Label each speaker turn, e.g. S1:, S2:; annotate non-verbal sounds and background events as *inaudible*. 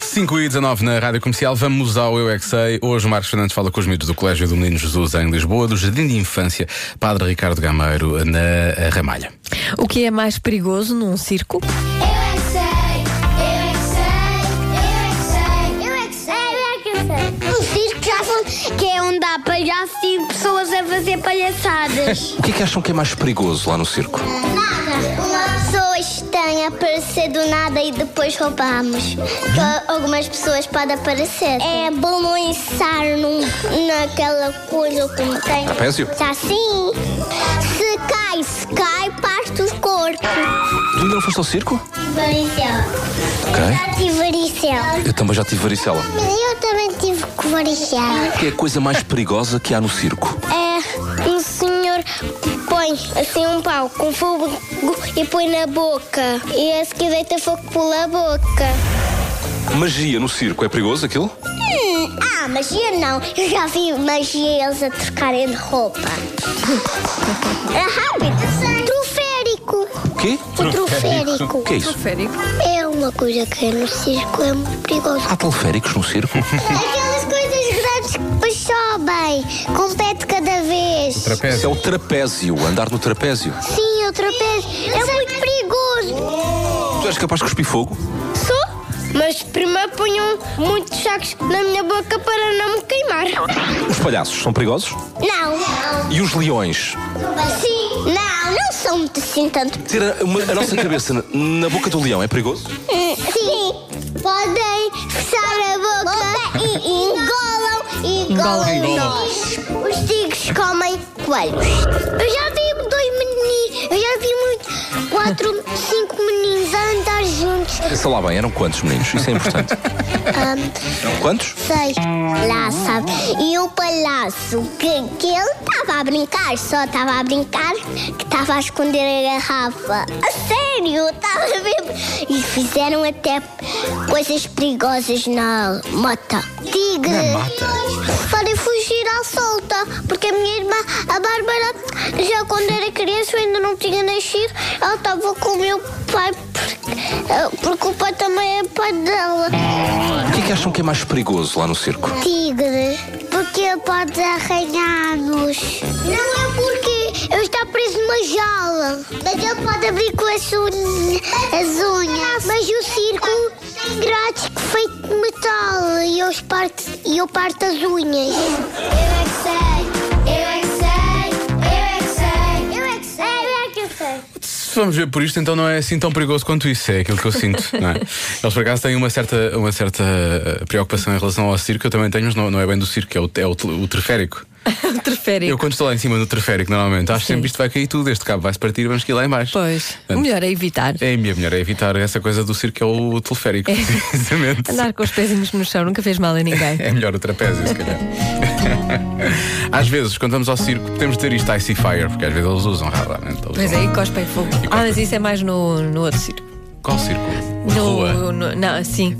S1: 5 e 19 na Rádio Comercial, vamos ao Eu é que Sei. Hoje o Marcos Fernandes fala com os miúdos do Colégio do Menino Jesus em Lisboa, do Jardim de Infância, Padre Ricardo Gameiro, na Ramalha.
S2: O que é mais perigoso num circo?
S3: Eu é que sei, eu é que sei, eu é que sei, eu é que sei, eu é que sei, eu é que sei. Um circo já são, que é onde há palhaços e pessoas a fazer palhaçadas.
S4: O que é que acham que é mais perigoso lá no circo?
S3: nada. Uma pessoa estranha aparecer do nada e depois roubamos. Que algumas pessoas podem aparecer. É bom não ensar num, naquela coisa que não tem.
S4: Trapézio?
S3: Está assim. Se cai, se cai, parte o corpo.
S4: Tu ainda não foste ao circo?
S3: Varicela.
S4: Ok.
S3: Eu já tive varicela.
S4: Eu também já tive varicela.
S3: Eu também tive varicela.
S4: O que é a coisa mais perigosa que há no circo?
S3: É um senhor que põe assim um pau com fogo e põe na boca. E esse que deita fogo pela boca.
S4: Magia no circo, é perigoso aquilo?
S3: Hum, ah, magia não. Eu já vi magia eles a trocarem de roupa. É rápido. Troférico.
S4: O quê?
S3: O troférico.
S4: O que é isso?
S2: *laughs* Férico.
S3: É uma coisa que é no circo, é muito perigoso.
S4: Há teleféricos no *laughs* circo?
S3: Aquelas coisas grandes que depois sobem, com um pé de cada vez.
S4: Isso é
S1: Trapézio.
S4: o trapézio, andar no trapézio.
S3: Sim, o trapézio é muito perigoso.
S4: Tu és capaz de cuspir fogo?
S3: Sou? Mas primeiro ponham muitos sacos na minha boca para não me queimar.
S4: Os palhaços são perigosos?
S3: Não.
S4: E os leões?
S3: Sim. Não, não são muito assim tanto.
S4: Ter a, uma- a nossa cabeça na, na boca do leão é perigoso?
S3: Sim. Podem fechar a boca e engolam, engolam, Os tigres comem coelhos. Eu já vi dois meninos, eu já vi muito, quatro, cinco meninos a andar *laughs* juntos.
S4: Pensa lá bem, eram quantos meninos? Isso é *laughs* importante.
S3: Ahm,
S4: Eram quantos?
S3: sei lá, sabe? E o palhaço, que, que ele estava a brincar, só estava a brincar, que estava a esconder a garrafa. A sério, estava mesmo. E fizeram até coisas perigosas na mata. Tigre. Na mata? Para fugir à solta, porque a minha irmã, a Bárbara, já quando era criança, eu ainda não tinha nascido, ela estava com o meu pai, porque, eh, porque o pai também é pai dela.
S4: O que é que acham que é mais perigoso lá no circo?
S3: Tigre, porque ele pode arranhar-nos. Não é porque ele está preso numa jaula. Mas ele pode abrir com as, unhas- as unhas. Mas o circo tem grades que feito de metal e eu, parto, e eu parto as unhas. Eu é que sei, eu é que sei, eu é que sei, eu é que sei, eu é que eu sei.
S1: Se vamos ver por isto, então não é assim tão perigoso quanto isso, é aquilo que eu sinto. não é?
S4: *laughs*
S1: Eles por acaso têm uma certa, uma certa eh, preocupação em relação ao circo, eu também tenho, mas não, não é bem do circo, é o, é o, tel- o teleférico. Eu
S2: Treférico.
S1: quando estou lá em cima do teleférico, normalmente, acho
S2: Sim.
S1: sempre isto vai cair tudo, este cabo vai-se partir, vamos que ir lá em baixo.
S2: Pois.
S1: Portanto,
S2: O melhor é evitar.
S1: É a minha melhor, é evitar essa coisa do circo, é o teleférico,
S2: É.
S1: *laughs* precisamente.
S2: Andar com os pezinhos no chão nunca fez mal a ninguém.
S1: É melhor o trapézio, se
S2: *laughs*
S1: calhar. às vezes, quando vamos ao circo, podemos ter isto Icy Fire, porque às vezes eles usam né? Então, raramente. eles
S2: Mas
S1: usam.
S2: aí é cospem fogo. Ah, mas isso é mais no, no outro circo.
S1: Qual circo?
S2: No,
S1: Rua.
S2: no- não, sim.